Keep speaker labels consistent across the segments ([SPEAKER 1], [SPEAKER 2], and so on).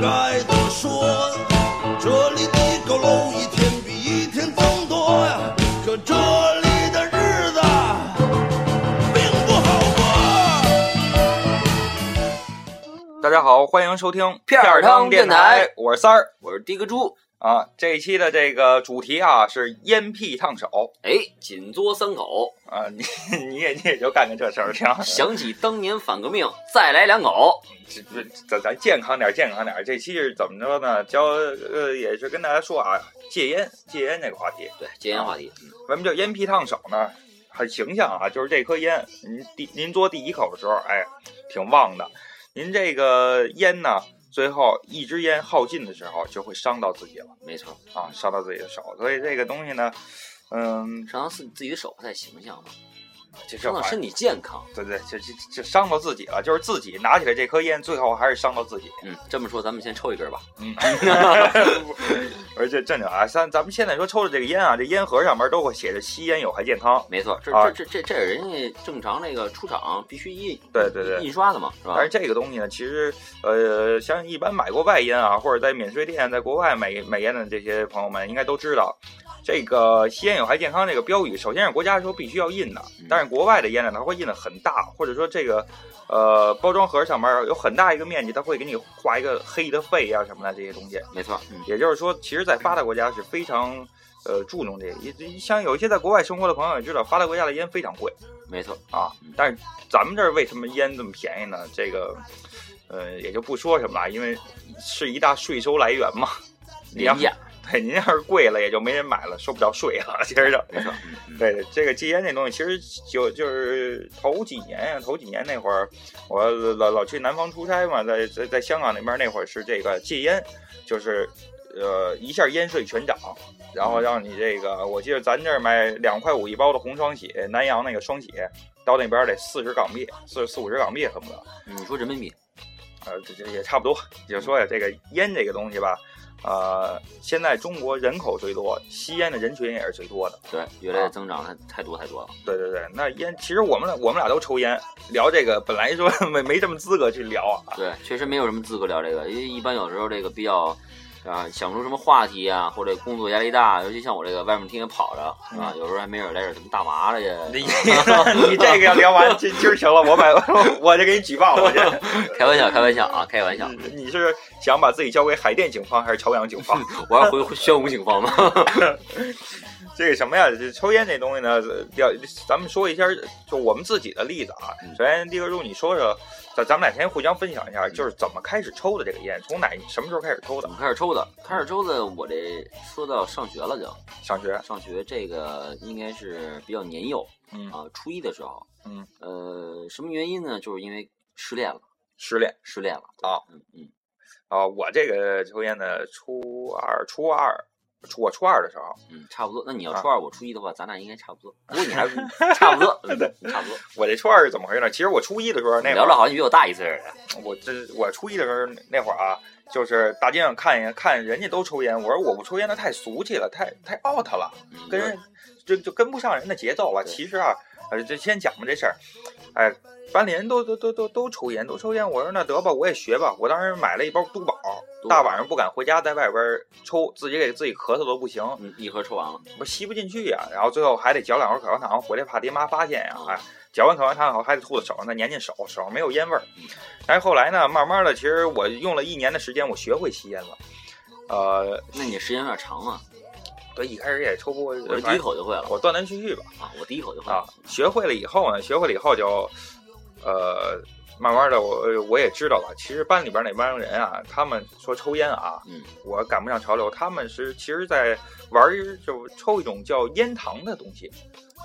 [SPEAKER 1] 该都说，这里的佝偻一天比一天增多呀，可这里的日子并不好过。
[SPEAKER 2] 大家好，欢迎收听片
[SPEAKER 3] 儿汤
[SPEAKER 2] 电
[SPEAKER 3] 电台
[SPEAKER 2] 我是三儿
[SPEAKER 3] 我是迪个猪，
[SPEAKER 2] 啊。这一期的这个主题啊是烟屁烫手
[SPEAKER 3] 哎，紧嘬三口，
[SPEAKER 2] 啊， 你你也你也就干干这事儿，啊 行？
[SPEAKER 3] 想起当年反革命，再来两口，
[SPEAKER 2] 这这咱咱健康点儿，健康点儿。这期是怎么着呢？教呃也是跟大家说啊，戒烟戒烟这个话题，
[SPEAKER 3] 对，戒烟话题，
[SPEAKER 2] 为什么叫烟屁烫手呢？很形象啊，就是这颗烟，您第您嘬第一口的时候，哎，挺旺的。您这个烟呢，最后一支烟耗尽的时候，就会伤到自己了。
[SPEAKER 3] 没错，
[SPEAKER 2] 啊，烧到自己的手，所以这个东西呢，嗯，
[SPEAKER 3] 伤到自自己的手不太形象吧，
[SPEAKER 2] 这这
[SPEAKER 3] 伤到
[SPEAKER 2] 玩意儿
[SPEAKER 3] 身体健康。
[SPEAKER 2] 对对，这这这伤到自己了，就是自己拿起来这颗烟，最后还是伤到自己。
[SPEAKER 3] 嗯，这么说，咱们先抽一根吧。
[SPEAKER 2] 嗯，而且正经啊，咱咱们现在说抽的这个烟啊，这烟盒上面都会写着吸烟有害健康，
[SPEAKER 3] 没错，这
[SPEAKER 2] 啊
[SPEAKER 3] 这这这这人家正常那个出厂必须印，
[SPEAKER 2] 对对对
[SPEAKER 3] 印刷的嘛，是吧
[SPEAKER 2] 但？是这个东西呢，其实呃，相信一般买过外烟啊，或者在免税店、在国外买买烟的这些朋友们，应该都知道，这个吸烟有害健康这个标语，首先是国家说必须要印的
[SPEAKER 3] 嗯，
[SPEAKER 2] 但是国外的烟呢，它会印的很大，或者说这个呃包装盒上面有很大一个面积，它会给你画一个黑的肺啊什么的这些东西。
[SPEAKER 3] 没错，嗯，
[SPEAKER 2] 也就是说，其实，在发达国家是非常呃注重这个，也像有一些在国外生活的朋友也知道，发达国家的烟非常贵。
[SPEAKER 3] 没错，
[SPEAKER 2] 啊。但是咱们这儿为什么烟这么便宜呢？这个，呃，也就不说什么了，因为是一大税收来源嘛。你要
[SPEAKER 3] 廉价，
[SPEAKER 2] 对，您要是贵了，也就没人买了，收不着税了。其实就
[SPEAKER 3] 没错，嗯嗯
[SPEAKER 2] 对这个戒烟这东西，其实就就是头几年呀，头几年那会儿，我老老去南方出差嘛，在在在香港那边那会儿是这个戒烟，就是呃一下烟税全涨，然后让你这个，我记得咱这儿买两块五一包的红双喜，南洋那个双喜，到那边得四十港币，四四五十港币恨不得，
[SPEAKER 3] 嗯你说人民币，
[SPEAKER 2] 呃，这这也差不多。也就说呀，这个烟这个东西吧。呃，现在中国人口最多，吸烟的人群也是最多的。
[SPEAKER 3] 对，越来
[SPEAKER 2] 啊
[SPEAKER 3] 越增长太太多太多了，
[SPEAKER 2] 对对对，那烟其实我们俩我们俩都抽烟，聊这个本来说 没没这么资格去聊啊。
[SPEAKER 3] 对，确实没有什么资格聊这个，因为一般有时候这个比较。啊，想不出什么话题啊，或者工作压力大，尤其像我这个外面天天跑着啊，有时候还没准来点什么大麻了也。
[SPEAKER 2] 你你这个要聊完，今今儿行了，我把 我就给你举报了。我这
[SPEAKER 3] 开玩笑，开玩笑啊，开玩笑。
[SPEAKER 2] 你是想把自己交给海淀警方还是朝阳警方？
[SPEAKER 3] 我要回宣武警方吗？
[SPEAKER 2] 这个什么呀？这抽烟这东西呢，要咱们说一下，就我们自己的例子啊
[SPEAKER 3] 嗯。
[SPEAKER 2] 首先，第一个你说说，咱咱们俩先互相分享一下，就是怎么开始抽的这个烟，从哪什么时候开始抽的
[SPEAKER 3] 怎？么开始抽的？开始抽的，我这说到上学了就，
[SPEAKER 2] 上学，
[SPEAKER 3] 上学这个应该是比较年幼
[SPEAKER 2] 嗯
[SPEAKER 3] 啊，初一的时候，
[SPEAKER 2] 嗯，
[SPEAKER 3] 呃，什么原因呢？就是因为失恋了，
[SPEAKER 2] 失恋
[SPEAKER 3] 失恋了
[SPEAKER 2] 啊，
[SPEAKER 3] 嗯嗯，
[SPEAKER 2] 啊。我这个抽烟呢，初二、初二、初我初二的时候。
[SPEAKER 3] 嗯，差不多。那你要
[SPEAKER 2] 啊
[SPEAKER 3] 初二，我初一的话，咱俩应该差不多。不过你还 差不多，嗯差不多。
[SPEAKER 2] 我这初二是怎么回事呢？其实我初一的时候那会
[SPEAKER 3] 聊着
[SPEAKER 2] 儿，
[SPEAKER 3] 好像你比我大一岁似的。啊
[SPEAKER 2] 我这我初一的时候那会儿啊，就是大街上看一看人家都抽烟，我说我不抽烟那太俗气了，太太 out 了，
[SPEAKER 3] 嗯
[SPEAKER 2] 跟人就就跟不上人的节奏了。
[SPEAKER 3] 对
[SPEAKER 2] 其实啊，呃，这先讲吧这事儿，哎，班里人都都都都都抽烟，都抽烟。我说那得吧，我也学吧。我当时买了一包都宝，
[SPEAKER 3] 都宝
[SPEAKER 2] 大晚上不敢回家，在外边抽，自己给自己咳嗽都不行。
[SPEAKER 3] 嗯，一盒抽完了，
[SPEAKER 2] 不吸不进去呀、然后最后还得嚼两口口香糖回来，怕爹妈发现
[SPEAKER 3] 哦
[SPEAKER 2] 呀、还嚼完口香糖以后还得吐到手上，再粘进手，手上没有烟味儿
[SPEAKER 3] 嗯。
[SPEAKER 2] 但是后来呢，慢慢的，其实我用了一年的时间，我学会吸烟了。呃，
[SPEAKER 3] 那你时间有点长啊，
[SPEAKER 2] 对，一开始也抽不过，
[SPEAKER 3] 我这第一口就会了
[SPEAKER 2] 我断断续续吧
[SPEAKER 3] 啊，我第一口就会
[SPEAKER 2] 啊
[SPEAKER 3] 了。。
[SPEAKER 2] 学会了以后呢，学会了以后就，呃，慢慢的我呃我也知道了，其实班里边那帮人啊，他们说抽烟啊，
[SPEAKER 3] 嗯，
[SPEAKER 2] 我赶不上潮流，他们是其实在玩儿就抽一种叫烟糖的东西。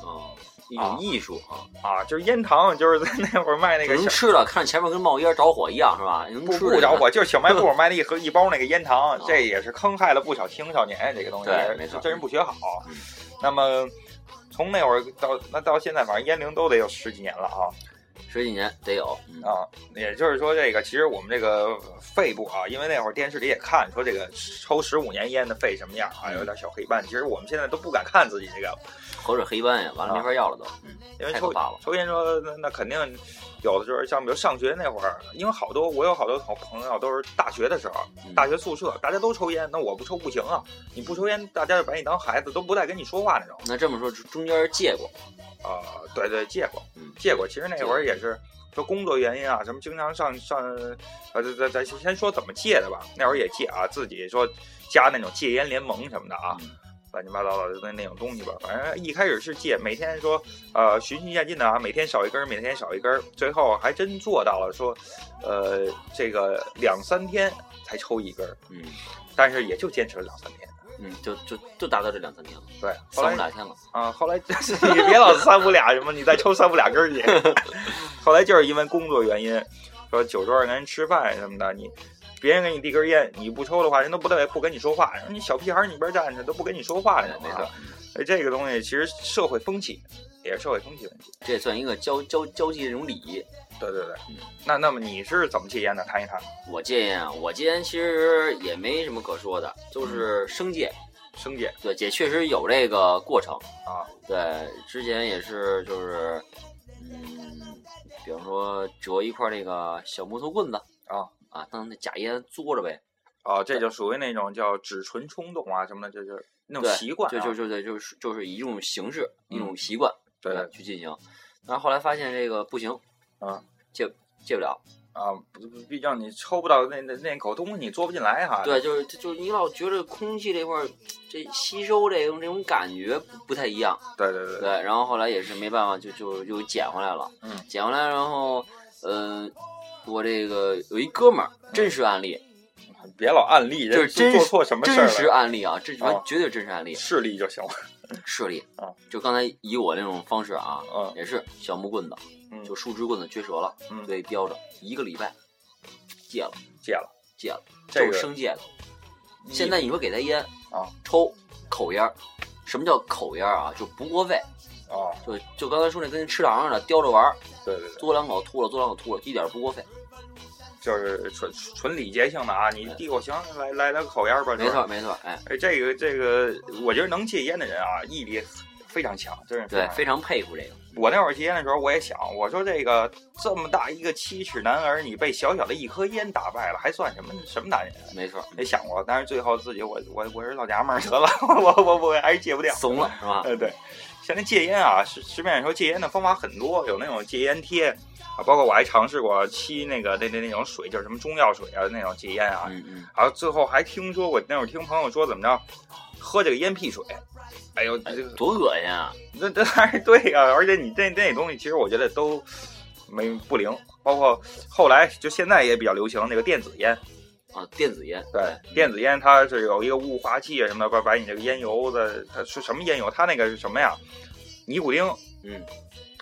[SPEAKER 3] 哦，一
[SPEAKER 2] 啊
[SPEAKER 3] 种艺术啊。
[SPEAKER 2] 啊，就是烟糖，就是在那会儿卖那个
[SPEAKER 3] 能
[SPEAKER 2] 小
[SPEAKER 3] 吃了，看前面跟冒烟着火一样是吧？能
[SPEAKER 2] 不
[SPEAKER 3] 吃
[SPEAKER 2] 不
[SPEAKER 3] 的啊
[SPEAKER 2] 着火，就是小卖 部卖了一盒一包那个烟糖，这也是坑害了不少青少年这个东西
[SPEAKER 3] 对没错，
[SPEAKER 2] 真是不学好
[SPEAKER 3] 嗯。
[SPEAKER 2] 那么从那会儿到那到现在，反正烟龄都得有十几年了啊。
[SPEAKER 3] 十几年得有，嗯
[SPEAKER 2] 啊，也就是说，这个其实我们这个肺部啊，因为那会儿电视里也看说这个抽十五年烟的肺什么样
[SPEAKER 3] 嗯
[SPEAKER 2] 啊，有点小黑斑。其实我们现在都不敢看自己这个，
[SPEAKER 3] 口水黑斑呀，完了
[SPEAKER 2] 啊
[SPEAKER 3] 没法要了都，嗯
[SPEAKER 2] 因为
[SPEAKER 3] 太可
[SPEAKER 2] 抽
[SPEAKER 3] 怕了。
[SPEAKER 2] 抽烟说那那肯定有的时候，像比如上学那会儿，因为好多我有好多好朋友都是大学的时候，
[SPEAKER 3] 嗯
[SPEAKER 2] 大学宿舍大家都抽烟，那我不抽不行啊，你不抽烟，大家就把你当孩子，都不带跟你说话那种。
[SPEAKER 3] 那这么说，中间借过，
[SPEAKER 2] 啊、对对，借过
[SPEAKER 3] 嗯，
[SPEAKER 2] 借过。其实那会儿也是说工作原因啊，什么经常上上，呃，咱咱咱先说怎么戒的吧。那会儿也戒啊，自己说加那种戒烟联盟什么的啊
[SPEAKER 3] 嗯，
[SPEAKER 2] 乱七八糟的那那种东西吧。反正一开始是戒，每天说呃循序渐进的啊，每天少一根儿，每天少一根儿，最后还真做到了说，呃，这个两三天才抽一根儿，
[SPEAKER 3] 嗯
[SPEAKER 2] 但是也就坚持了两三天。
[SPEAKER 3] 嗯，就就就达到这两三天了，
[SPEAKER 2] 对，后
[SPEAKER 3] 三
[SPEAKER 2] 来
[SPEAKER 3] 五两天了，
[SPEAKER 2] 啊，后来 你别老三五俩什么，你再抽三五俩根儿去。 后来就是因为工作原因，说酒桌上跟人吃饭什么的，你别人给你递根烟，你不抽的话，人都不带不跟你说话，说你小屁孩儿你一边站着都不跟你说话那种
[SPEAKER 3] 哎没
[SPEAKER 2] 啊
[SPEAKER 3] 错。，
[SPEAKER 2] 所以这个东西其实社会风气也是社会风气问题。
[SPEAKER 3] 这也算一个交交交际的一种礼仪。
[SPEAKER 2] 对对对
[SPEAKER 3] 嗯，
[SPEAKER 2] 那那么你是怎么戒烟的？谈一谈。
[SPEAKER 3] 我戒烟啊，我戒烟其实也没什么可说的，
[SPEAKER 2] 嗯
[SPEAKER 3] 就是生戒，
[SPEAKER 2] 生戒
[SPEAKER 3] 对，也确实有这个过程。
[SPEAKER 2] 啊，
[SPEAKER 3] 对，之前也是就是，嗯，比方说折一块那个小木头棍子
[SPEAKER 2] 啊
[SPEAKER 3] 啊，当那假烟嘬着呗，
[SPEAKER 2] 哦，这就属于那种叫只纯冲动啊什么的，这就是那种
[SPEAKER 3] 对
[SPEAKER 2] 习惯、啊，
[SPEAKER 3] 就就就对，就是就是以一种形式、一
[SPEAKER 2] 嗯
[SPEAKER 3] 种习惯
[SPEAKER 2] 对对
[SPEAKER 3] 去进行。但是后来发现这个不行
[SPEAKER 2] 啊，
[SPEAKER 3] 戒戒不了，
[SPEAKER 2] 啊，不不毕竟你抽不到那那那口东西，你嘬不进来哈、
[SPEAKER 3] 对，就是就是你老觉得空气这块儿这吸收这种这种感觉不不太一样。
[SPEAKER 2] 对对对
[SPEAKER 3] 对，然后后来也是没办法，就就就捡回来了。
[SPEAKER 2] 嗯
[SPEAKER 3] 捡回来，然后，呃，我这个有一哥们儿，
[SPEAKER 2] 嗯
[SPEAKER 3] 真实案例，
[SPEAKER 2] 别老案例，
[SPEAKER 3] 这是真
[SPEAKER 2] 做
[SPEAKER 3] 实
[SPEAKER 2] 错什么事儿
[SPEAKER 3] 真实
[SPEAKER 2] 了？
[SPEAKER 3] 案例啊，这
[SPEAKER 2] 啊
[SPEAKER 3] 绝对真实案例，
[SPEAKER 2] 事例就行了。
[SPEAKER 3] 事例
[SPEAKER 2] 啊。
[SPEAKER 3] 就刚才以我那种方式啊，
[SPEAKER 2] 嗯
[SPEAKER 3] 也是小木棍子，
[SPEAKER 2] 嗯
[SPEAKER 3] 就树枝棍子撅折了，
[SPEAKER 2] 嗯
[SPEAKER 3] 被叼着一个礼拜，戒了，
[SPEAKER 2] 戒了，
[SPEAKER 3] 戒了，
[SPEAKER 2] 这个
[SPEAKER 3] 是生戒的。
[SPEAKER 2] 你
[SPEAKER 3] 现在你说给他烟
[SPEAKER 2] 啊，
[SPEAKER 3] 抽口烟儿，什么叫口烟儿啊？就不过胃，
[SPEAKER 2] 哦，
[SPEAKER 3] 就就刚才说那跟吃糖似的，叼着玩儿，
[SPEAKER 2] 对对对，
[SPEAKER 3] 嘬两口吐了，嘬两口吐了，一点儿不过肺。
[SPEAKER 2] 就是纯纯礼节性的啊，你递我行，来来两口烟吧。
[SPEAKER 3] 没
[SPEAKER 2] 是吧
[SPEAKER 3] 错，，没错，哎，
[SPEAKER 2] 哎，这个这个，我觉得能戒烟的人啊，毅力非常强，真是
[SPEAKER 3] 对，
[SPEAKER 2] 常
[SPEAKER 3] 非常佩服这个。
[SPEAKER 2] 我那会儿戒烟的时候，我也想，我说这个这么大一个七尺男儿，你被小小的一颗烟打败了，还算什么什么男人？
[SPEAKER 3] 没错，
[SPEAKER 2] 没想过，但是最后自己我我我是老娘们儿得了， 我我我还是戒不掉。
[SPEAKER 3] 怂了是吧？
[SPEAKER 2] 呃，对，现在戒烟啊，市市面上说戒烟的方法很多，有那种戒烟贴啊，包括我还尝试过吸那个那那那种水，就是什么中药水啊那种戒烟啊，
[SPEAKER 3] 嗯嗯，
[SPEAKER 2] 然后最后还听说我那会儿听朋友说怎么着，喝这个烟屁水，哎呦，这个
[SPEAKER 3] 多恶心啊！
[SPEAKER 2] 那那还是对呀、而且你这这东西其实我觉得都没不灵，包括后来就现在也比较流行那个电子烟。
[SPEAKER 3] 啊，电子烟，
[SPEAKER 2] 对，电子烟它是有一个雾化器啊什么的，把把你这个烟油的，它是什么烟油？它那个是什么呀？尼古丁。
[SPEAKER 3] 嗯，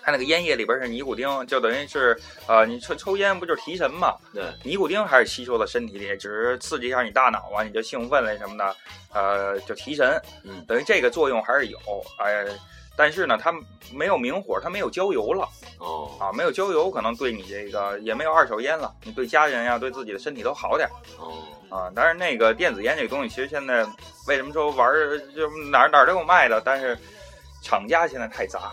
[SPEAKER 2] 它那个烟叶里边是尼古丁，就等于是呃，你抽抽烟不就是提神嘛？
[SPEAKER 3] 对，
[SPEAKER 2] 尼古丁还是吸收到身体里，只是刺激一下你大脑啊，你就兴奋了什么的，呃，就提神。
[SPEAKER 3] 嗯
[SPEAKER 2] 等于这个作用还是有，哎、但是呢，它没有明火，它没有焦油了
[SPEAKER 3] 哦
[SPEAKER 2] 啊，没有焦油，可能对你这个也没有二手烟了，你对家人呀、对自己的身体都好点儿。
[SPEAKER 3] 哦，
[SPEAKER 2] 啊，但是那个电子烟这个东西，其实现在为什么说玩儿就哪儿哪儿都有卖的，但是厂家现在太杂，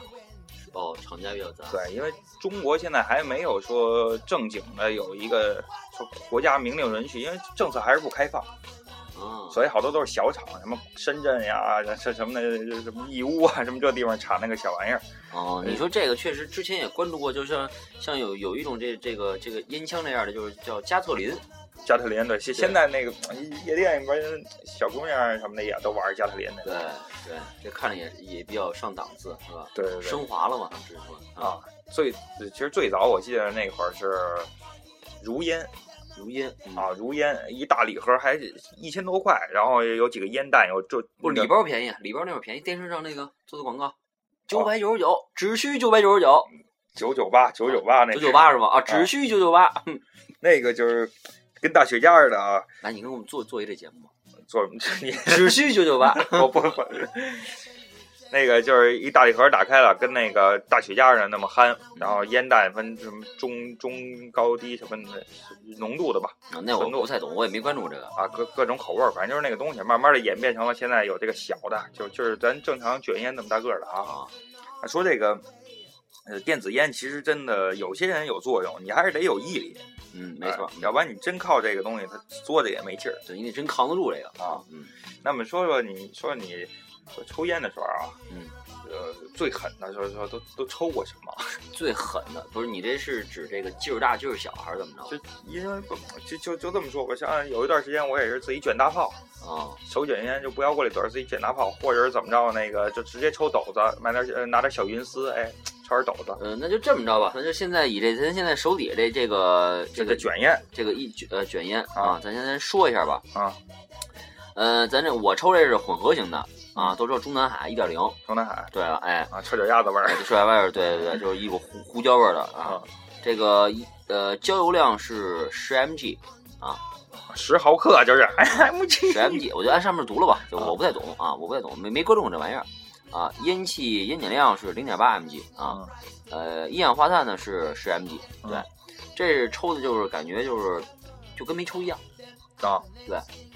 [SPEAKER 3] 哦，厂家比较杂，
[SPEAKER 2] 对，因为中国现在还没有说正经的有一个说国家明令允许，因为政策还是不开放，
[SPEAKER 3] 啊，
[SPEAKER 2] 所以好多都是小厂，什么深圳呀，这什么的，什么义乌啊，什么这地方产那个小玩意儿，哎
[SPEAKER 3] 哦，你说这个确实之前也关注过，就像像有有一种这这个这个烟枪那样的，就是叫加特林，
[SPEAKER 2] 加特林对，现现在那个夜店里边小姑娘什么的也都玩加特林的，
[SPEAKER 3] 对对，这看着也也比较上档次，是吧？
[SPEAKER 2] 对对对。
[SPEAKER 3] 升华了嘛，只是说
[SPEAKER 2] 啊，最其实最早我记得那会儿是如烟
[SPEAKER 3] 如烟嗯
[SPEAKER 2] 啊，，如烟一大礼盒还一千多块，然后有几个烟弹，有就
[SPEAKER 3] 不是礼包便宜，啊礼包那会儿便宜，电视上那个做的广
[SPEAKER 2] 啊
[SPEAKER 3] 告，九百九十九，只需九百九十九，
[SPEAKER 2] 九九八九九八那
[SPEAKER 3] 九九八是吧？
[SPEAKER 2] 哎
[SPEAKER 3] 啊，只需九九八。
[SPEAKER 2] 那个就是跟大雪茄似的啊，
[SPEAKER 3] 来，你 跟我们做做一这节目吧，
[SPEAKER 2] 做你
[SPEAKER 3] 只需九九八。
[SPEAKER 2] 我不不，那个就是一大礼盒打开了，跟那个大雪茄似的那么憨，然后烟弹分什么中中高低什么的浓度的吧，
[SPEAKER 3] 啊那我不太懂，我也没关注这个。
[SPEAKER 2] 啊各各种口味儿，反正就是那个东西，慢慢的演变成了现在有这个小的，就就是咱正常卷烟那么大个儿的啊。
[SPEAKER 3] 啊，
[SPEAKER 2] 啊说这个呃电子烟其实真的有些人有作用，你还是得有毅力，
[SPEAKER 3] 嗯，没错
[SPEAKER 2] 啊，要不然你真靠这个东西，它嘬着也没劲儿。
[SPEAKER 3] 对你得真扛得住这个
[SPEAKER 2] 啊，
[SPEAKER 3] 嗯
[SPEAKER 2] 那么说说你说你说抽烟的时候啊，
[SPEAKER 3] 嗯，
[SPEAKER 2] 呃，最狠的时候说都都抽过什么？
[SPEAKER 3] 最狠的不是你这是指这个劲儿大劲儿小还是怎么着
[SPEAKER 2] 就因为不就就就这么说吧，像有一段时间我也是自己卷大炮，
[SPEAKER 3] 啊？
[SPEAKER 2] 手卷烟就不要过来嘴儿，自己卷大炮，或者是怎么着那个就直接抽斗子，买点呃拿点小云丝，哎，抽点斗子，
[SPEAKER 3] 呃，那就这么着吧，那就现在以这咱现在手底下这这个这
[SPEAKER 2] 这
[SPEAKER 3] 个
[SPEAKER 2] 个卷烟
[SPEAKER 3] 这个一卷呃卷烟
[SPEAKER 2] 啊
[SPEAKER 3] 啊，咱先先说一下吧。
[SPEAKER 2] 啊，
[SPEAKER 3] 呃，咱这我抽这是混合型的
[SPEAKER 2] 嗯
[SPEAKER 3] 啊，都知道中南海一点零。
[SPEAKER 2] 中南海
[SPEAKER 3] 对了，哎，
[SPEAKER 2] 啊，车脚丫子味儿
[SPEAKER 3] 哎，这帅外边，对
[SPEAKER 2] 嗯
[SPEAKER 3] 对对，就是一股胡胡椒味儿的啊。
[SPEAKER 2] 啊
[SPEAKER 3] 这个一呃焦油量是十 mg，
[SPEAKER 2] 十毫克就是，哎，
[SPEAKER 3] 十 mg，我就按上面读了吧，就
[SPEAKER 2] 啊
[SPEAKER 3] 我不太懂啊，我不太懂，没没关注过这玩意儿啊。烟气烟碱量是零点八 mg 啊，呃，一氧化碳呢是十 mg，对
[SPEAKER 2] 嗯，
[SPEAKER 3] 这是抽的就是感觉就是就跟没抽一样，
[SPEAKER 2] 啊，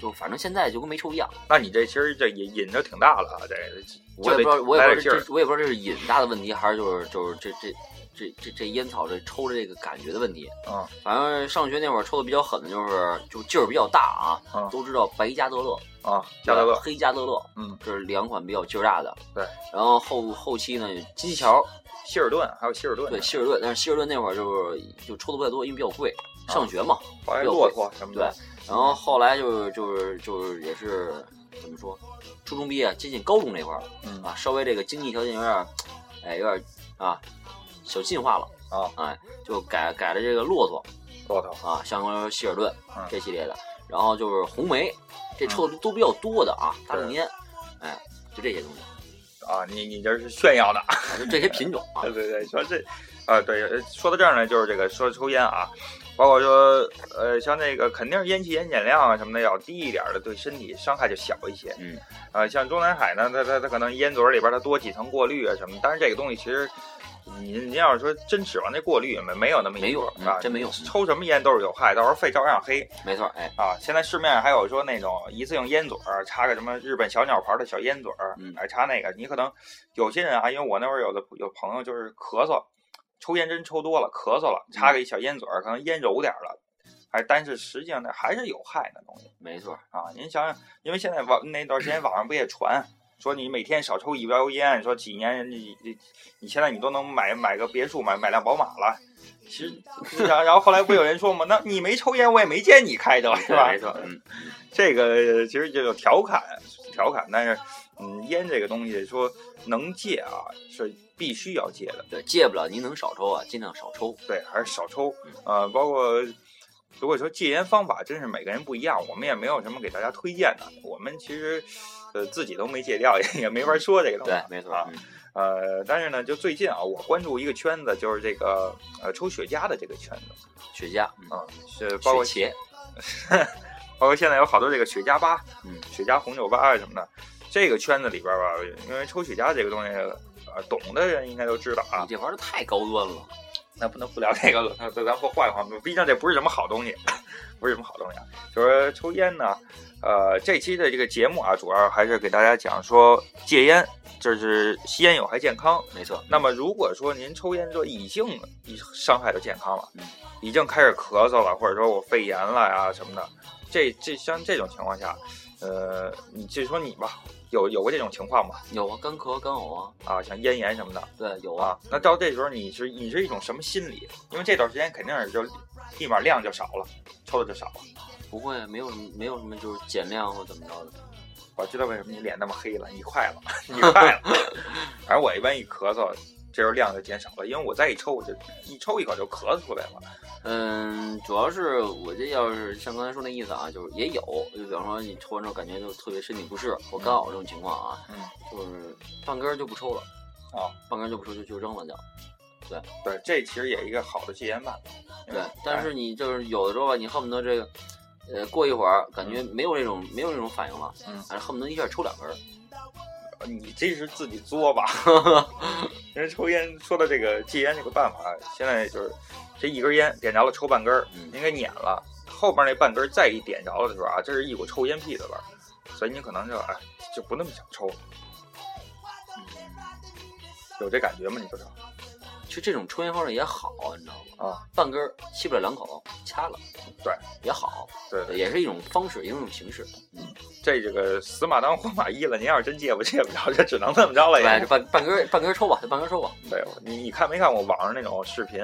[SPEAKER 3] 就反正现在就跟没抽一样。
[SPEAKER 2] 那你这其实这引引着挺大了啊，这个
[SPEAKER 3] 我也不知
[SPEAKER 2] 就
[SPEAKER 3] 道，
[SPEAKER 2] 得
[SPEAKER 3] 我也
[SPEAKER 2] 来
[SPEAKER 3] 不
[SPEAKER 2] 点
[SPEAKER 3] 知
[SPEAKER 2] 劲
[SPEAKER 3] 道
[SPEAKER 2] 儿
[SPEAKER 3] 这，我也不知道这是瘾大的问题，还是就是就是这这这这这烟草这抽着这个感觉的问题。
[SPEAKER 2] 啊
[SPEAKER 3] 反正上学那会儿抽的比较狠的就是就劲儿比较大啊，
[SPEAKER 2] 嗯
[SPEAKER 3] 都知道白加德乐、
[SPEAKER 2] 啊，加德乐，
[SPEAKER 3] 黑加德乐，
[SPEAKER 2] 嗯，
[SPEAKER 3] 这是两款比较劲儿大的。
[SPEAKER 2] 对，
[SPEAKER 3] 然后后后期呢，金桥
[SPEAKER 2] 希尔顿还有希尔顿，
[SPEAKER 3] 对希尔顿，但是希尔顿那会儿就是就抽的不太多，因为比较贵，上学嘛。
[SPEAKER 2] 好像骆驼什么
[SPEAKER 3] 对
[SPEAKER 2] 的，，
[SPEAKER 3] 然后后来就是就是就是也是怎么说，初中毕业接近高中那块儿了
[SPEAKER 2] 嗯
[SPEAKER 3] 啊，稍微这个经济条件有点儿，哎，有点儿啊，小进化了
[SPEAKER 2] 啊，
[SPEAKER 3] 哎，就改改了这个骆驼
[SPEAKER 2] 骆驼，
[SPEAKER 3] 啊，像希尔顿
[SPEAKER 2] 嗯
[SPEAKER 3] 这系列的，然后就是红莓，这抽的都比较多的啊，大众烟，哎，就这些东西，
[SPEAKER 2] 啊，你你这是炫耀的，
[SPEAKER 3] 就这些品种啊
[SPEAKER 2] 对，对对，说这，啊对，呃说到这儿呢，就是这个说抽烟啊，包括说呃像那个肯定是烟气、烟碱量啊什么的要低一点儿的，对身体伤害就小一些。
[SPEAKER 3] 嗯，
[SPEAKER 2] 啊、像中南海呢，它它它可能烟嘴儿里边儿它多几层过滤啊什么，但是这个东西其实。您您要是说真指望那过滤没没有那么一
[SPEAKER 3] 没用
[SPEAKER 2] 说
[SPEAKER 3] 嗯
[SPEAKER 2] 啊，
[SPEAKER 3] 真没用
[SPEAKER 2] 抽什么烟都是有害，到时候肺照样黑
[SPEAKER 3] 没错，哎，
[SPEAKER 2] 啊。现在市面上还有说那种一次性烟嘴儿，插个什么日本小鸟牌的小烟嘴儿，
[SPEAKER 3] 嗯
[SPEAKER 2] 哎，插那个，你可能有些人啊，因为我那会儿有的有朋友就是咳嗽，抽烟真抽多了，咳嗽了，插个一小烟嘴儿，可能烟柔点儿了，还但是实际上那还是有害的东西
[SPEAKER 3] 没错，
[SPEAKER 2] 啊。您想想，因为现在网那段时间网上不也传。说你每天少抽一包烟，说几年你你你现在你都能买买个别墅，买买辆宝马了。其 实，然后然后后来不有人说吗？那你没抽烟，我也没见你开的，是吧？
[SPEAKER 3] 没错，嗯，
[SPEAKER 2] 这个其实就有调侃，调侃，但是，嗯，烟这个东西说能戒啊，是必须要戒的，
[SPEAKER 3] 对，戒不了，您能少抽啊，尽量少抽，
[SPEAKER 2] 对，还是少抽，
[SPEAKER 3] 嗯
[SPEAKER 2] 呃，包括如果说戒烟方法，真是每个人不一样，我们也没有什么给大家推荐的，我们其实，呃，自己都没戒掉， 也也没法说这个东西，
[SPEAKER 3] 对，没错，
[SPEAKER 2] 啊
[SPEAKER 3] 嗯
[SPEAKER 2] 呃，但是呢，就最近啊，我关注一个圈子，就是这个呃抽雪茄的这个圈子
[SPEAKER 3] 雪茄，嗯
[SPEAKER 2] 啊，是包括
[SPEAKER 3] 雪茄，
[SPEAKER 2] 包括现在有好多这个雪茄吧，
[SPEAKER 3] 嗯
[SPEAKER 2] 雪茄红酒吧啊什么的，这个圈子里边吧，因为抽雪茄这个东西，呃，懂的人应该都知道啊
[SPEAKER 3] 你。这玩意儿太高端了。
[SPEAKER 2] 那不能不聊这个了，那咱咱换一换，毕竟这不是什么好东西，不是什么好东西啊。就是说抽烟呢，呃，这期的这个节目啊，主要还是给大家讲说戒烟，就是吸烟有害健康。
[SPEAKER 3] 没错，
[SPEAKER 2] 那么如果说您抽烟之后已经伤害到健康了
[SPEAKER 3] 嗯，
[SPEAKER 2] 已经开始咳嗽了，或者说我肺炎了呀什么的，这这像这种情况下，呃，你就说你吧，有有过这种情况吗？
[SPEAKER 3] 有啊，干咳、干呕啊，
[SPEAKER 2] 啊，像咽炎什么的
[SPEAKER 3] 对，有啊
[SPEAKER 2] 啊，，那到这时候你是你是一种什么心理？因为这段时间肯定是就立马量就少了，抽的就少了。
[SPEAKER 3] 不会，没有什么，没有什么就是减量或怎么着的。
[SPEAKER 2] 我知道为什么你脸那么黑了，你快了， 你快了。反正我一般一咳嗽，这时候量就减少了，因为我再一抽，我就一抽一口就咳嗽出来了。
[SPEAKER 3] 嗯，主要是我这要是像刚才说那意思啊，就是也有，就比方说你抽完之后感觉就特别身体不适或干呕这种情况啊，
[SPEAKER 2] 嗯，
[SPEAKER 3] 就是半根儿就不抽了，
[SPEAKER 2] 啊，
[SPEAKER 3] 半根儿就不抽就就扔了掉。
[SPEAKER 2] 对，这其实也一个好的戒烟办法。因为
[SPEAKER 3] 对，但是你就是有的时候吧，你恨不得这个，呃，过一会儿感觉没有这种没有这种反应了，
[SPEAKER 2] 嗯
[SPEAKER 3] 还是恨不得一下抽两根儿。
[SPEAKER 2] 你这是自己作吧？ 人抽烟说到这个戒烟这个办法，现在就是这一根烟点着了抽半根儿
[SPEAKER 3] 嗯，
[SPEAKER 2] 您给撵了，后边那半根儿再一点着了的时候啊，这是一股抽烟屁的味儿，所以你可能就哎就不那么想抽了，
[SPEAKER 3] 嗯
[SPEAKER 2] 有这感觉吗？你就是
[SPEAKER 3] 其实这种抽烟方式也好，你知道吗？
[SPEAKER 2] 啊，
[SPEAKER 3] 半根儿吸不了两口，掐了，
[SPEAKER 2] 对，
[SPEAKER 3] 也好，
[SPEAKER 2] 对，
[SPEAKER 3] 也是一种方式，也是一种形式。
[SPEAKER 2] 这这个死马当活马医了，您要是真戒不戒不着，这只能这么着了
[SPEAKER 3] 半
[SPEAKER 2] 也。
[SPEAKER 3] 半半根儿半根儿抽吧，半根儿抽吧。
[SPEAKER 2] 对，你你看没看过网上那种视频？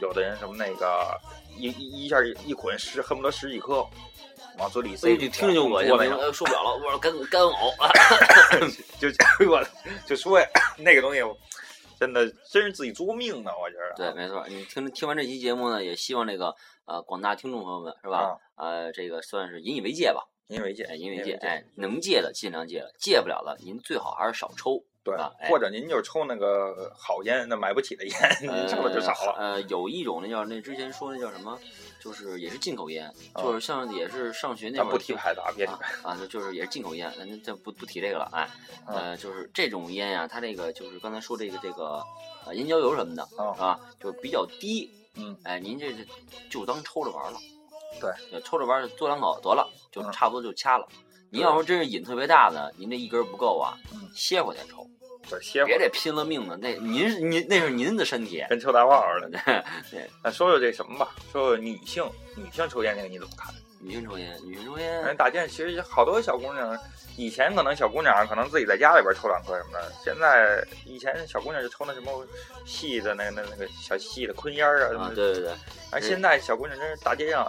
[SPEAKER 2] 有的人什么那个一一一下一捆十恨不得十几颗，往嘴里塞，
[SPEAKER 3] 哎所以你听着就恶心，
[SPEAKER 2] 往那种
[SPEAKER 3] 我受不了了，我干干呕。
[SPEAKER 2] 就 我就说呀，那个东西我真的真是自己作命呢，我觉得。啊
[SPEAKER 3] 对，没错。你听听完这期节目呢，也希望这个呃广大听众朋友们是吧？呃，这个算是引以为戒吧，
[SPEAKER 2] 因啊为戒
[SPEAKER 3] 哎，引以为戒。哎，能戒的尽量戒了，戒不了的您最好还是少抽。
[SPEAKER 2] 对
[SPEAKER 3] 啊，哎
[SPEAKER 2] 或者您就抽那个好烟，那买不起的烟，您抽了就少了。
[SPEAKER 3] 呃。呃，有一种那叫那之前说那叫什么，就是也是进口烟，
[SPEAKER 2] 啊
[SPEAKER 3] 就是像也是上学那
[SPEAKER 2] 咱
[SPEAKER 3] 会儿
[SPEAKER 2] 不提
[SPEAKER 3] 就
[SPEAKER 2] 牌子啊，别提
[SPEAKER 3] 啊
[SPEAKER 2] 牌子。
[SPEAKER 3] 啊，就就是也是进口烟，咱咱不不提这个了，哎，
[SPEAKER 2] 嗯
[SPEAKER 3] 呃，就是这种烟呀、它这个就是刚才说这个这个呃烟焦油什么的
[SPEAKER 2] 啊
[SPEAKER 3] 啊，就比较低，
[SPEAKER 2] 嗯，
[SPEAKER 3] 哎，您这这就当抽着玩儿了，
[SPEAKER 2] 对
[SPEAKER 3] 对，抽着玩儿嘬两口得了，就
[SPEAKER 2] 嗯
[SPEAKER 3] 差不多就掐了。您要说真是瘾特别大的，您这一根儿不够啊
[SPEAKER 2] 嗯，
[SPEAKER 3] 歇会儿再抽，
[SPEAKER 2] 对，歇会
[SPEAKER 3] 别
[SPEAKER 2] 儿，
[SPEAKER 3] 这拼了命的，那您是您那是您的身体，
[SPEAKER 2] 跟抽大炮似的。
[SPEAKER 3] 对，
[SPEAKER 2] 那说说这什么吧，说说女性，女性抽烟这个你怎么看？
[SPEAKER 3] 女性抽烟，女性抽
[SPEAKER 2] 反正
[SPEAKER 3] 烟，
[SPEAKER 2] 大街上其实有好多小姑娘，以前可能小姑娘可能自己在家里边抽两颗什么的，现在以前小姑娘就抽那什么细的那那那个小细的坤烟儿啊什么
[SPEAKER 3] 啊，
[SPEAKER 2] 的。
[SPEAKER 3] 对对对。
[SPEAKER 2] 哎，现在小姑娘真是大街上，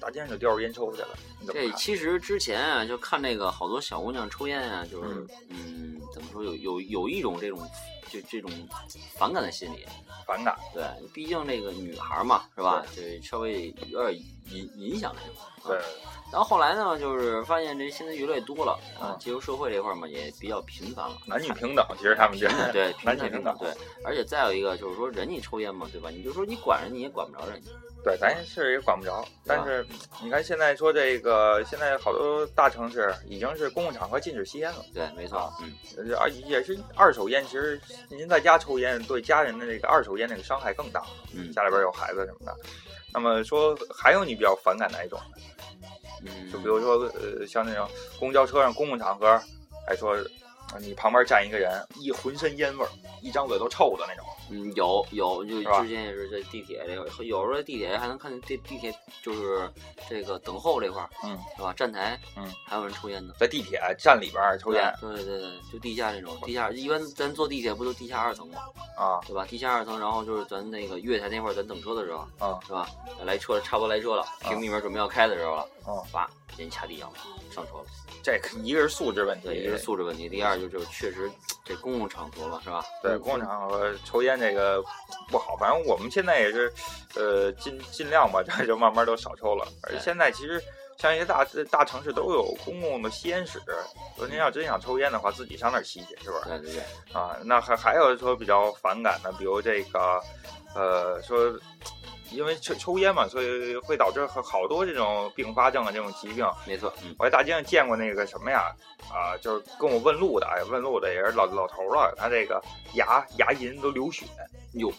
[SPEAKER 2] 大街上就叼着烟抽去了，你怎
[SPEAKER 3] 这
[SPEAKER 2] 么看？
[SPEAKER 3] 其实之前啊，就看那个好多小姑娘抽烟啊，就是
[SPEAKER 2] 嗯
[SPEAKER 3] 嗯，怎么说有有有一种这种就这种反感在心里。
[SPEAKER 2] 反感，
[SPEAKER 3] 对，毕竟这个女孩嘛，是吧？这稍微有点影影响这种。
[SPEAKER 2] 对，
[SPEAKER 3] 然后后来呢，就是发现这现在越来越多了啊
[SPEAKER 2] 嗯，
[SPEAKER 3] 接触社会这块儿嘛也比较频繁了。
[SPEAKER 2] 男女平等，其实他们觉
[SPEAKER 3] 平等
[SPEAKER 2] 得，
[SPEAKER 3] 对，平
[SPEAKER 2] 男
[SPEAKER 3] 等
[SPEAKER 2] 女
[SPEAKER 3] 平
[SPEAKER 2] 平
[SPEAKER 3] 等
[SPEAKER 2] 等
[SPEAKER 3] 对，而且再有一个就是说，人家抽烟嘛，对吧？你就说你管人家也管不着人家，
[SPEAKER 2] 对，咱是也管不着。但是你看现在说这个，现在好多大城市已经是公共场合禁止吸烟了，
[SPEAKER 3] 对，没错，嗯，
[SPEAKER 2] 呃而也是二手烟。其实您在家抽烟，对家人的这个二手烟那个伤害更大。
[SPEAKER 3] 嗯
[SPEAKER 2] 家里边有孩子什么的。那么说，还有你比较反感哪一种？
[SPEAKER 3] 嗯，
[SPEAKER 2] 就比如说，呃，像那种公交车上公共场合，还说啊你旁边站一个人，一浑身烟味儿，一张嘴都臭的那种。
[SPEAKER 3] 嗯，有有，就是
[SPEAKER 2] 吧
[SPEAKER 3] 之前也是在地铁这块，有时候地铁还能看见地地铁就是这个等候这块儿，
[SPEAKER 2] 嗯，
[SPEAKER 3] 是吧？站台，
[SPEAKER 2] 嗯，
[SPEAKER 3] 还有人抽烟呢，
[SPEAKER 2] 在地铁站里边儿抽烟
[SPEAKER 3] 对对对对，就地下那种，地下一般咱坐地铁不都地下二层嘛，
[SPEAKER 2] 啊
[SPEAKER 3] 对吧？地下二层，然后就是咱那个月台那块儿，咱等车的时候，
[SPEAKER 2] 啊
[SPEAKER 3] 是吧？来车差不多来车了，
[SPEAKER 2] 嗯
[SPEAKER 3] 屏蔽门准备要开的时候了，
[SPEAKER 2] 啊！
[SPEAKER 3] 叭，人掐地上了，上车了。
[SPEAKER 2] 这个一个是素质问题，
[SPEAKER 3] 对，一个是素质问题，第二就是就是确实这公共场合嘛，是吧？嗯
[SPEAKER 2] 对公共场合抽烟这个不好。反正我们现在也是，呃，尽尽量吧，这就慢慢都少抽了。而且
[SPEAKER 3] 对
[SPEAKER 2] 现在其实。像一些大呃大城市都有公共的吸烟室，说您要真想抽烟的话，自己上那儿吸去，是不是？
[SPEAKER 3] 对对对，
[SPEAKER 2] 啊，那还还有说比较反感的，比如这个，呃，说因为抽抽烟嘛，所以会导致好好多这种并发症啊，这种疾病。
[SPEAKER 3] 没错，嗯，
[SPEAKER 2] 我在大街上见过那个什么呀，啊、就是跟我问路的，哎，问路的也是老老头儿了，他这个牙牙龈都流血
[SPEAKER 3] 哟，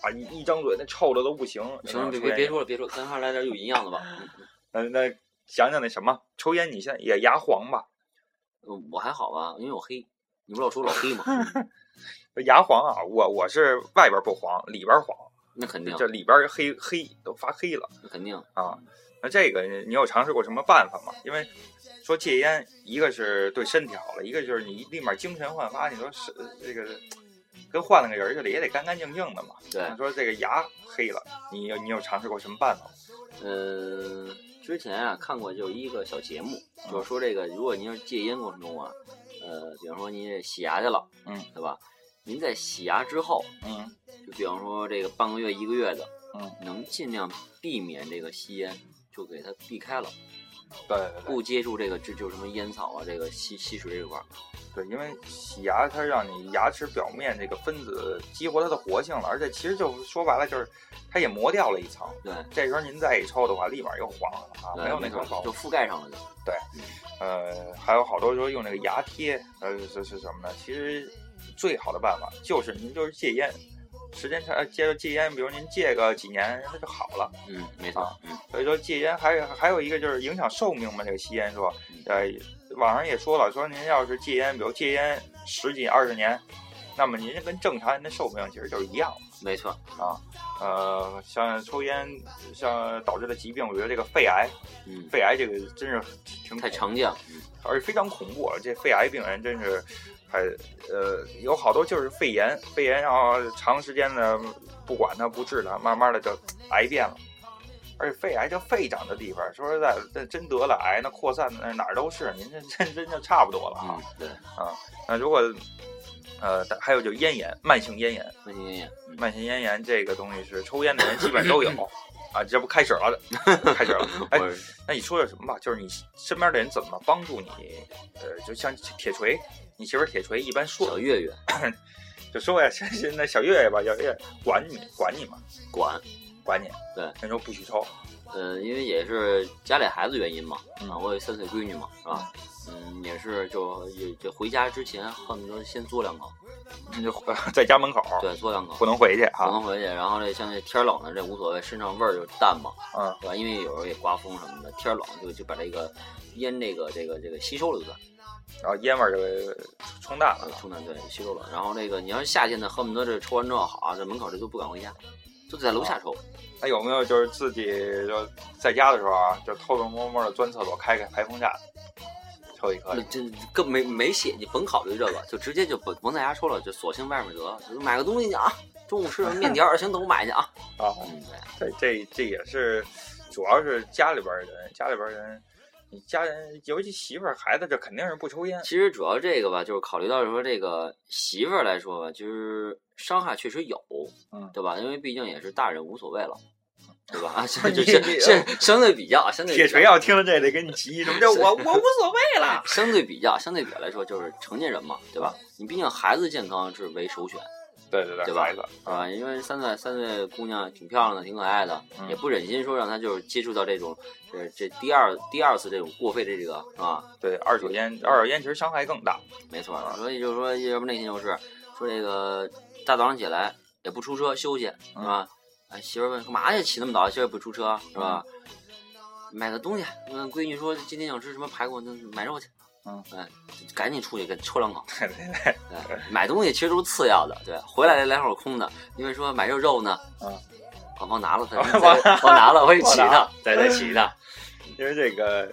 [SPEAKER 2] 啊，一一张嘴那臭的都不行。
[SPEAKER 3] 行
[SPEAKER 2] 那
[SPEAKER 3] 了，
[SPEAKER 2] 种
[SPEAKER 3] 别
[SPEAKER 2] 抽烟
[SPEAKER 3] 别别说了，别说了，咱还是来点有营养的吧。嗯
[SPEAKER 2] 那那想想那什么，抽烟你现在也牙黄吧？
[SPEAKER 3] 嗯，我还好吧，因为我黑。你不老说我老黑 吗？
[SPEAKER 2] 牙黄啊，我我是外边不黄，里边黄，
[SPEAKER 3] 那肯定
[SPEAKER 2] 这，里边黑黑都发黑了。
[SPEAKER 3] 那肯定。
[SPEAKER 2] 啊，那这个你有尝试过什么办法吗？因为说戒烟，一个是对身体好了，一个就是你立马精神焕发。你说是这个跟换了个人似的，也得干干净净的嘛。
[SPEAKER 3] 对，
[SPEAKER 2] 你说这个牙黑了，你有你有尝试过什么办法吗？
[SPEAKER 3] 呃，之前啊看过就一个小节目，就是说这个，如果您要是戒烟过程中啊，呃，比方说您这洗牙去了，
[SPEAKER 2] 嗯，
[SPEAKER 3] 对吧？您在洗牙之后，
[SPEAKER 2] 嗯，
[SPEAKER 3] 就比方说这个半个月、一个月的，
[SPEAKER 2] 嗯，
[SPEAKER 3] 能尽量避免这个吸烟，就给它避开了，
[SPEAKER 2] 对对对，
[SPEAKER 3] 不接触这个这就是什么烟草啊，这个吸吸水这块儿，
[SPEAKER 2] 对，因为洗牙它让你牙齿表面这个分子激活它的活性了，而且其实就说白了就是它也磨掉了一层。
[SPEAKER 3] 对，
[SPEAKER 2] 这时候您再一抽的话，立马又黄了啊，
[SPEAKER 3] 对
[SPEAKER 2] 没有那
[SPEAKER 3] 没
[SPEAKER 2] 层
[SPEAKER 3] 错
[SPEAKER 2] 保护
[SPEAKER 3] 就。覆盖上了就。
[SPEAKER 2] 呃，还有好多说用那个牙贴，呃，这是什么呢？其实最好的办法就是您就是戒烟，时间长接着戒烟，比如您戒个几年，它就好了。
[SPEAKER 3] 嗯，没错
[SPEAKER 2] 啊，
[SPEAKER 3] 嗯，
[SPEAKER 2] 所以说戒烟还有还有一个就是影响寿命嘛，这个吸烟说
[SPEAKER 3] 嗯，
[SPEAKER 2] 呃，网上也说了，说您要是戒烟，比如戒烟十几二十年，那么您跟正常人的寿命其实就是一样的。啊
[SPEAKER 3] 没错，
[SPEAKER 2] 呃，像抽烟像导致的疾病，我觉得这个肺癌，
[SPEAKER 3] 嗯，
[SPEAKER 2] 肺癌这个真是挺
[SPEAKER 3] 太
[SPEAKER 2] 恐
[SPEAKER 3] 常见了，嗯
[SPEAKER 2] 而且非常恐怖啊！这肺癌病人真是还呃有好多就是肺炎，肺炎然后长时间的不管它不治它，慢慢的就癌变了。而且肺癌这肺长的地方，说实在，这真得了癌，那扩散那哪儿都是，您这真真就差不多了啊
[SPEAKER 3] 嗯。，对，
[SPEAKER 2] 那如果呃还有就是咽炎，慢性咽炎，
[SPEAKER 3] 温馨演，嗯
[SPEAKER 2] 慢性咽炎这个东西是抽烟的人基本 都有啊。这不开始了，开始了，哎，
[SPEAKER 3] 我
[SPEAKER 2] 那你说点什么吧？就是你身边的人怎么帮助你？呃，就像铁锤，你媳妇儿铁锤一般
[SPEAKER 3] 小
[SPEAKER 2] 说
[SPEAKER 3] 月月
[SPEAKER 2] 就说呀，现在那小月月吧，小月月管你管你嘛，
[SPEAKER 3] 管，
[SPEAKER 2] 管你。
[SPEAKER 3] 对，
[SPEAKER 2] 那时候不许抽，
[SPEAKER 3] 嗯，因为也是家里孩子原因嘛，
[SPEAKER 2] 嗯
[SPEAKER 3] 啊，我有三岁闺女嘛，是吧？嗯，也是就也就回家之前，恨不得先嘬两口，
[SPEAKER 2] 你就在家门口，
[SPEAKER 3] 对，嘬两口
[SPEAKER 2] 不，能回去
[SPEAKER 3] 不
[SPEAKER 2] 啊。
[SPEAKER 3] 能回去。然后这像这天冷了，这无所谓，身上味儿就淡嘛，
[SPEAKER 2] 嗯，
[SPEAKER 3] 对吧？因为有时候也刮风什么的，天冷就就把这个烟这个这个这个吸收了一段，
[SPEAKER 2] 然后烟味儿就冲淡
[SPEAKER 3] 啊
[SPEAKER 2] 了，。
[SPEAKER 3] 冲淡对吸收了。然后这个你要是夏天呢，恨不得这抽完之后，好啊，这门口这就不敢回家，就在楼下抽。
[SPEAKER 2] 那有没有就是自己就在家的时候啊，就偷偷摸摸的钻厕所，开开排风扇，抽一颗
[SPEAKER 3] 那？这更没没写，你甭考虑这个，就直接就甭甭在家抽了，就索性外面得了，就买个东西去啊。中午吃什么面条儿？ 行，等我买去啊。
[SPEAKER 2] 啊，
[SPEAKER 3] 嗯，对，
[SPEAKER 2] 这这这也是，主要是家里边儿人，家里边儿人，你家人，尤其媳妇儿、孩子，这肯定是不抽烟。
[SPEAKER 3] 其实主要这个吧，就是考虑到说这个媳妇儿来说吧，就是伤害确实有，
[SPEAKER 2] 嗯
[SPEAKER 3] 对吧？因为毕竟也是大人，无所谓了，对吧？啊，
[SPEAKER 2] 不是
[SPEAKER 3] 这这
[SPEAKER 2] 你你
[SPEAKER 3] 这这相对比较，相对比
[SPEAKER 2] 铁啊
[SPEAKER 3] 较
[SPEAKER 2] 锤要听了这得跟你急，什么叫我我无所谓了？
[SPEAKER 3] 相对比较，相对比较来说，就是成年人嘛，对吧？你毕竟孩子健康是为首选，
[SPEAKER 2] 对对
[SPEAKER 3] 对吧
[SPEAKER 2] 孩子，
[SPEAKER 3] 啊，因为三岁三岁姑娘挺漂亮的，挺可爱的，
[SPEAKER 2] 嗯
[SPEAKER 3] 也不忍心说让她就是接触到这种，这这第二第二次这种过肺的这个啊，
[SPEAKER 2] 对二手烟，二手烟其实伤害更大。
[SPEAKER 3] 没错儿，所以就是说，要不那天就是说这个大早上起来也不出车休息是
[SPEAKER 2] 嗯
[SPEAKER 3] 吧？哎，媳妇儿问干嘛去？起那么早，媳妇儿也不出车是吧？买个东西，问闺女说今天想吃什么排骨，那买肉去。
[SPEAKER 2] 嗯，
[SPEAKER 3] 哎，赶紧出去给抽两口。
[SPEAKER 2] 对对对，
[SPEAKER 3] 对，买东西其实都是次要的，对，回来两口空的，因为说买肉肉呢，
[SPEAKER 2] 嗯
[SPEAKER 3] 啊，忘拿了它，忘拿了，我也骑
[SPEAKER 2] 忘拿
[SPEAKER 3] 它，对对骑它，
[SPEAKER 2] 因为这个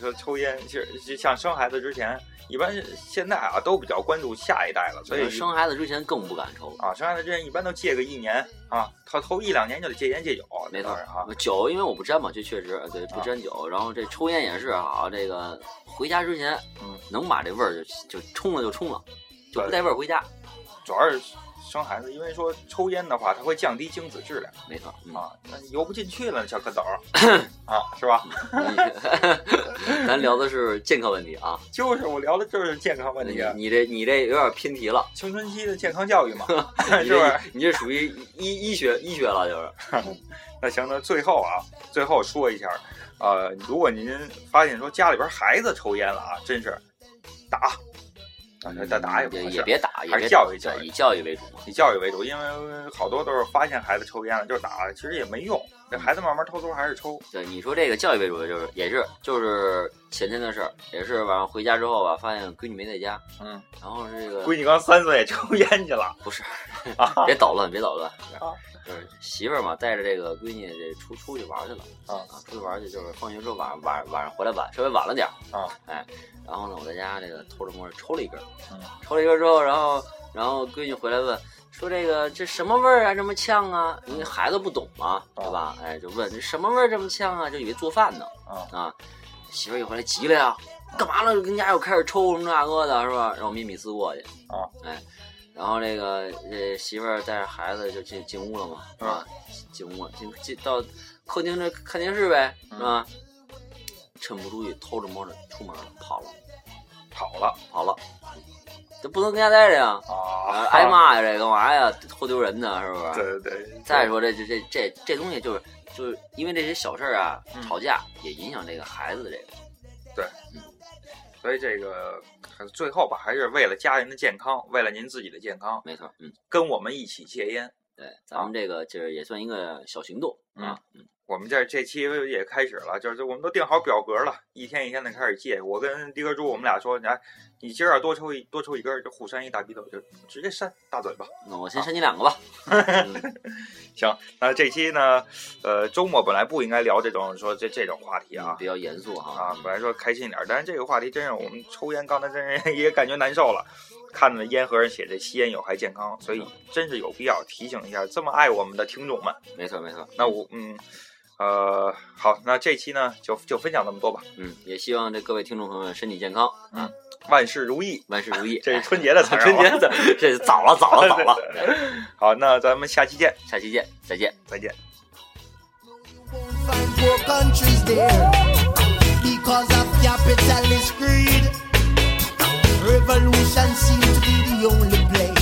[SPEAKER 2] 说抽烟，其实就像生孩子之前，一般现在啊都比较关注下一代了，所
[SPEAKER 3] 所以
[SPEAKER 2] 以
[SPEAKER 3] 生孩子之前更不敢抽了。
[SPEAKER 2] 啊生孩子之前一般都戒个一年啊，头头一两年就得戒烟戒酒，
[SPEAKER 3] 没
[SPEAKER 2] 这
[SPEAKER 3] 错
[SPEAKER 2] 玩意儿啊，
[SPEAKER 3] 酒，因为我不沾嘛，这确实呃对不
[SPEAKER 2] 啊
[SPEAKER 3] 沾酒。然后这抽烟也是啊，这个回家之前，
[SPEAKER 2] 嗯，
[SPEAKER 3] 能把这味儿就就冲了就冲了，就不
[SPEAKER 2] 对
[SPEAKER 3] 带味儿回家。
[SPEAKER 2] 主要是生孩子，因为说抽烟的话，它会降低精子质量
[SPEAKER 3] 没错，嗯，
[SPEAKER 2] 啊，那游不进去了，小蝌蚪 啊，是吧？
[SPEAKER 3] 咱聊的是健康问题啊，
[SPEAKER 2] 就是我聊的就是健康问
[SPEAKER 3] 你
[SPEAKER 2] 题啊，
[SPEAKER 3] 你这你这有点偏题了，
[SPEAKER 2] 青春期的健康教育嘛，
[SPEAKER 3] 你
[SPEAKER 2] 是 不是
[SPEAKER 3] 这？你这属于医医学医学了，就是。
[SPEAKER 2] 那行，那最后啊，最后说一下，呃，如果您发现说家里边孩子抽烟了啊，真是打，啊，再打也不
[SPEAKER 3] 嗯也
[SPEAKER 2] 合
[SPEAKER 3] 也
[SPEAKER 2] 适，
[SPEAKER 3] 别打，也
[SPEAKER 2] 还
[SPEAKER 3] 别
[SPEAKER 2] 是教育
[SPEAKER 3] 打
[SPEAKER 2] 教育
[SPEAKER 3] 以教育为主嘛。
[SPEAKER 2] 以教育为主，因为好多都是发现孩子抽烟了就打，其实也没用，
[SPEAKER 3] 嗯
[SPEAKER 2] 这孩子慢慢偷偷还是抽，
[SPEAKER 3] 对，你说这个教育为主，就是也是就是前天的事儿，也是晚上回家之后吧，发现闺女没在家，
[SPEAKER 2] 嗯，
[SPEAKER 3] 然后是这个
[SPEAKER 2] 闺女刚三岁抽烟去了，
[SPEAKER 3] 不是， 别捣乱，别捣乱
[SPEAKER 2] 啊，
[SPEAKER 3] 就是媳妇儿嘛，带着这个闺女这出出去玩儿去了
[SPEAKER 2] 啊
[SPEAKER 3] 出去玩儿去就是放学之后晚晚晚上回来晚，稍微晚了点儿
[SPEAKER 2] 啊，
[SPEAKER 3] 哎，然后呢，我在家这个偷着摸着抽了一根儿，
[SPEAKER 2] 嗯
[SPEAKER 3] 抽了一根儿之后，然后然后闺女回来问。说这个这什么味儿啊，这么呛啊？因为孩子不懂嘛，对吧？哎，就问这什么味儿这么呛啊？就以为做饭呢。
[SPEAKER 2] 啊
[SPEAKER 3] 啊，媳妇儿一回来急了呀，干嘛了？跟家又开始抽什么大哥的，是吧？让我咪米斯过去。
[SPEAKER 2] 啊，
[SPEAKER 3] 哎，然后这个这媳妇儿带着孩子就进进屋了嘛，是吧？进屋进进到客厅这看电视呗，是吧？趁不注意偷着摸着出门了，跑了。
[SPEAKER 2] 跑了
[SPEAKER 3] 跑了，这不能跟家待着呀，呃
[SPEAKER 2] 啊
[SPEAKER 3] 挨！骂呀，这干嘛呀？齁丢人的，是不 是？
[SPEAKER 2] 对对对，
[SPEAKER 3] 再说这这这这这东西就是就是因为这些小事儿啊
[SPEAKER 2] 嗯，
[SPEAKER 3] 吵架也影响这个孩子的这个。
[SPEAKER 2] 所以这个还是最后吧，还是为了家人的健康，为了您自己的健康，
[SPEAKER 3] 没错，嗯，
[SPEAKER 2] 跟我们一起戒烟。
[SPEAKER 3] 对，咱们这个就是也算一个小行动啊。
[SPEAKER 2] 我们这这期也开始了，就是我们都定好表格了，一天一天的开始戒。我跟迪哥猪我们俩说，哎，你今儿要多抽一多抽一根儿，就互扇一大逼斗，就直接扇大嘴巴。
[SPEAKER 3] 那我先申请两 个吧。嗯
[SPEAKER 2] 行，那这期呢，呃，周末本来不应该聊这种说这这种话题啊，
[SPEAKER 3] 比较严肃哈
[SPEAKER 2] 啊，。本来说开心一点儿，但是这个话题真是我们抽烟，刚才真是 也感觉难受了。看着烟盒上写着吸烟有害健康，所以真是有必要提醒一下这么爱我们的听众们。
[SPEAKER 3] 没错没错，
[SPEAKER 2] 那我嗯，呃，好，那这期呢就就分享这么多吧，
[SPEAKER 3] 嗯，也希望这各位听众朋友们身体健康啊，
[SPEAKER 2] 万事如意。
[SPEAKER 3] 万事如意。
[SPEAKER 2] 这是春节的词儿啊
[SPEAKER 3] 春节的词儿，这早了早了早了。
[SPEAKER 2] 好，那咱们下期见，
[SPEAKER 3] 下期见，再见。
[SPEAKER 2] 再见。
[SPEAKER 1] won't find poor countries there because of capitalist greed. Revolution seems to be the only play.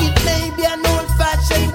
[SPEAKER 1] It may be an old fashioned oh,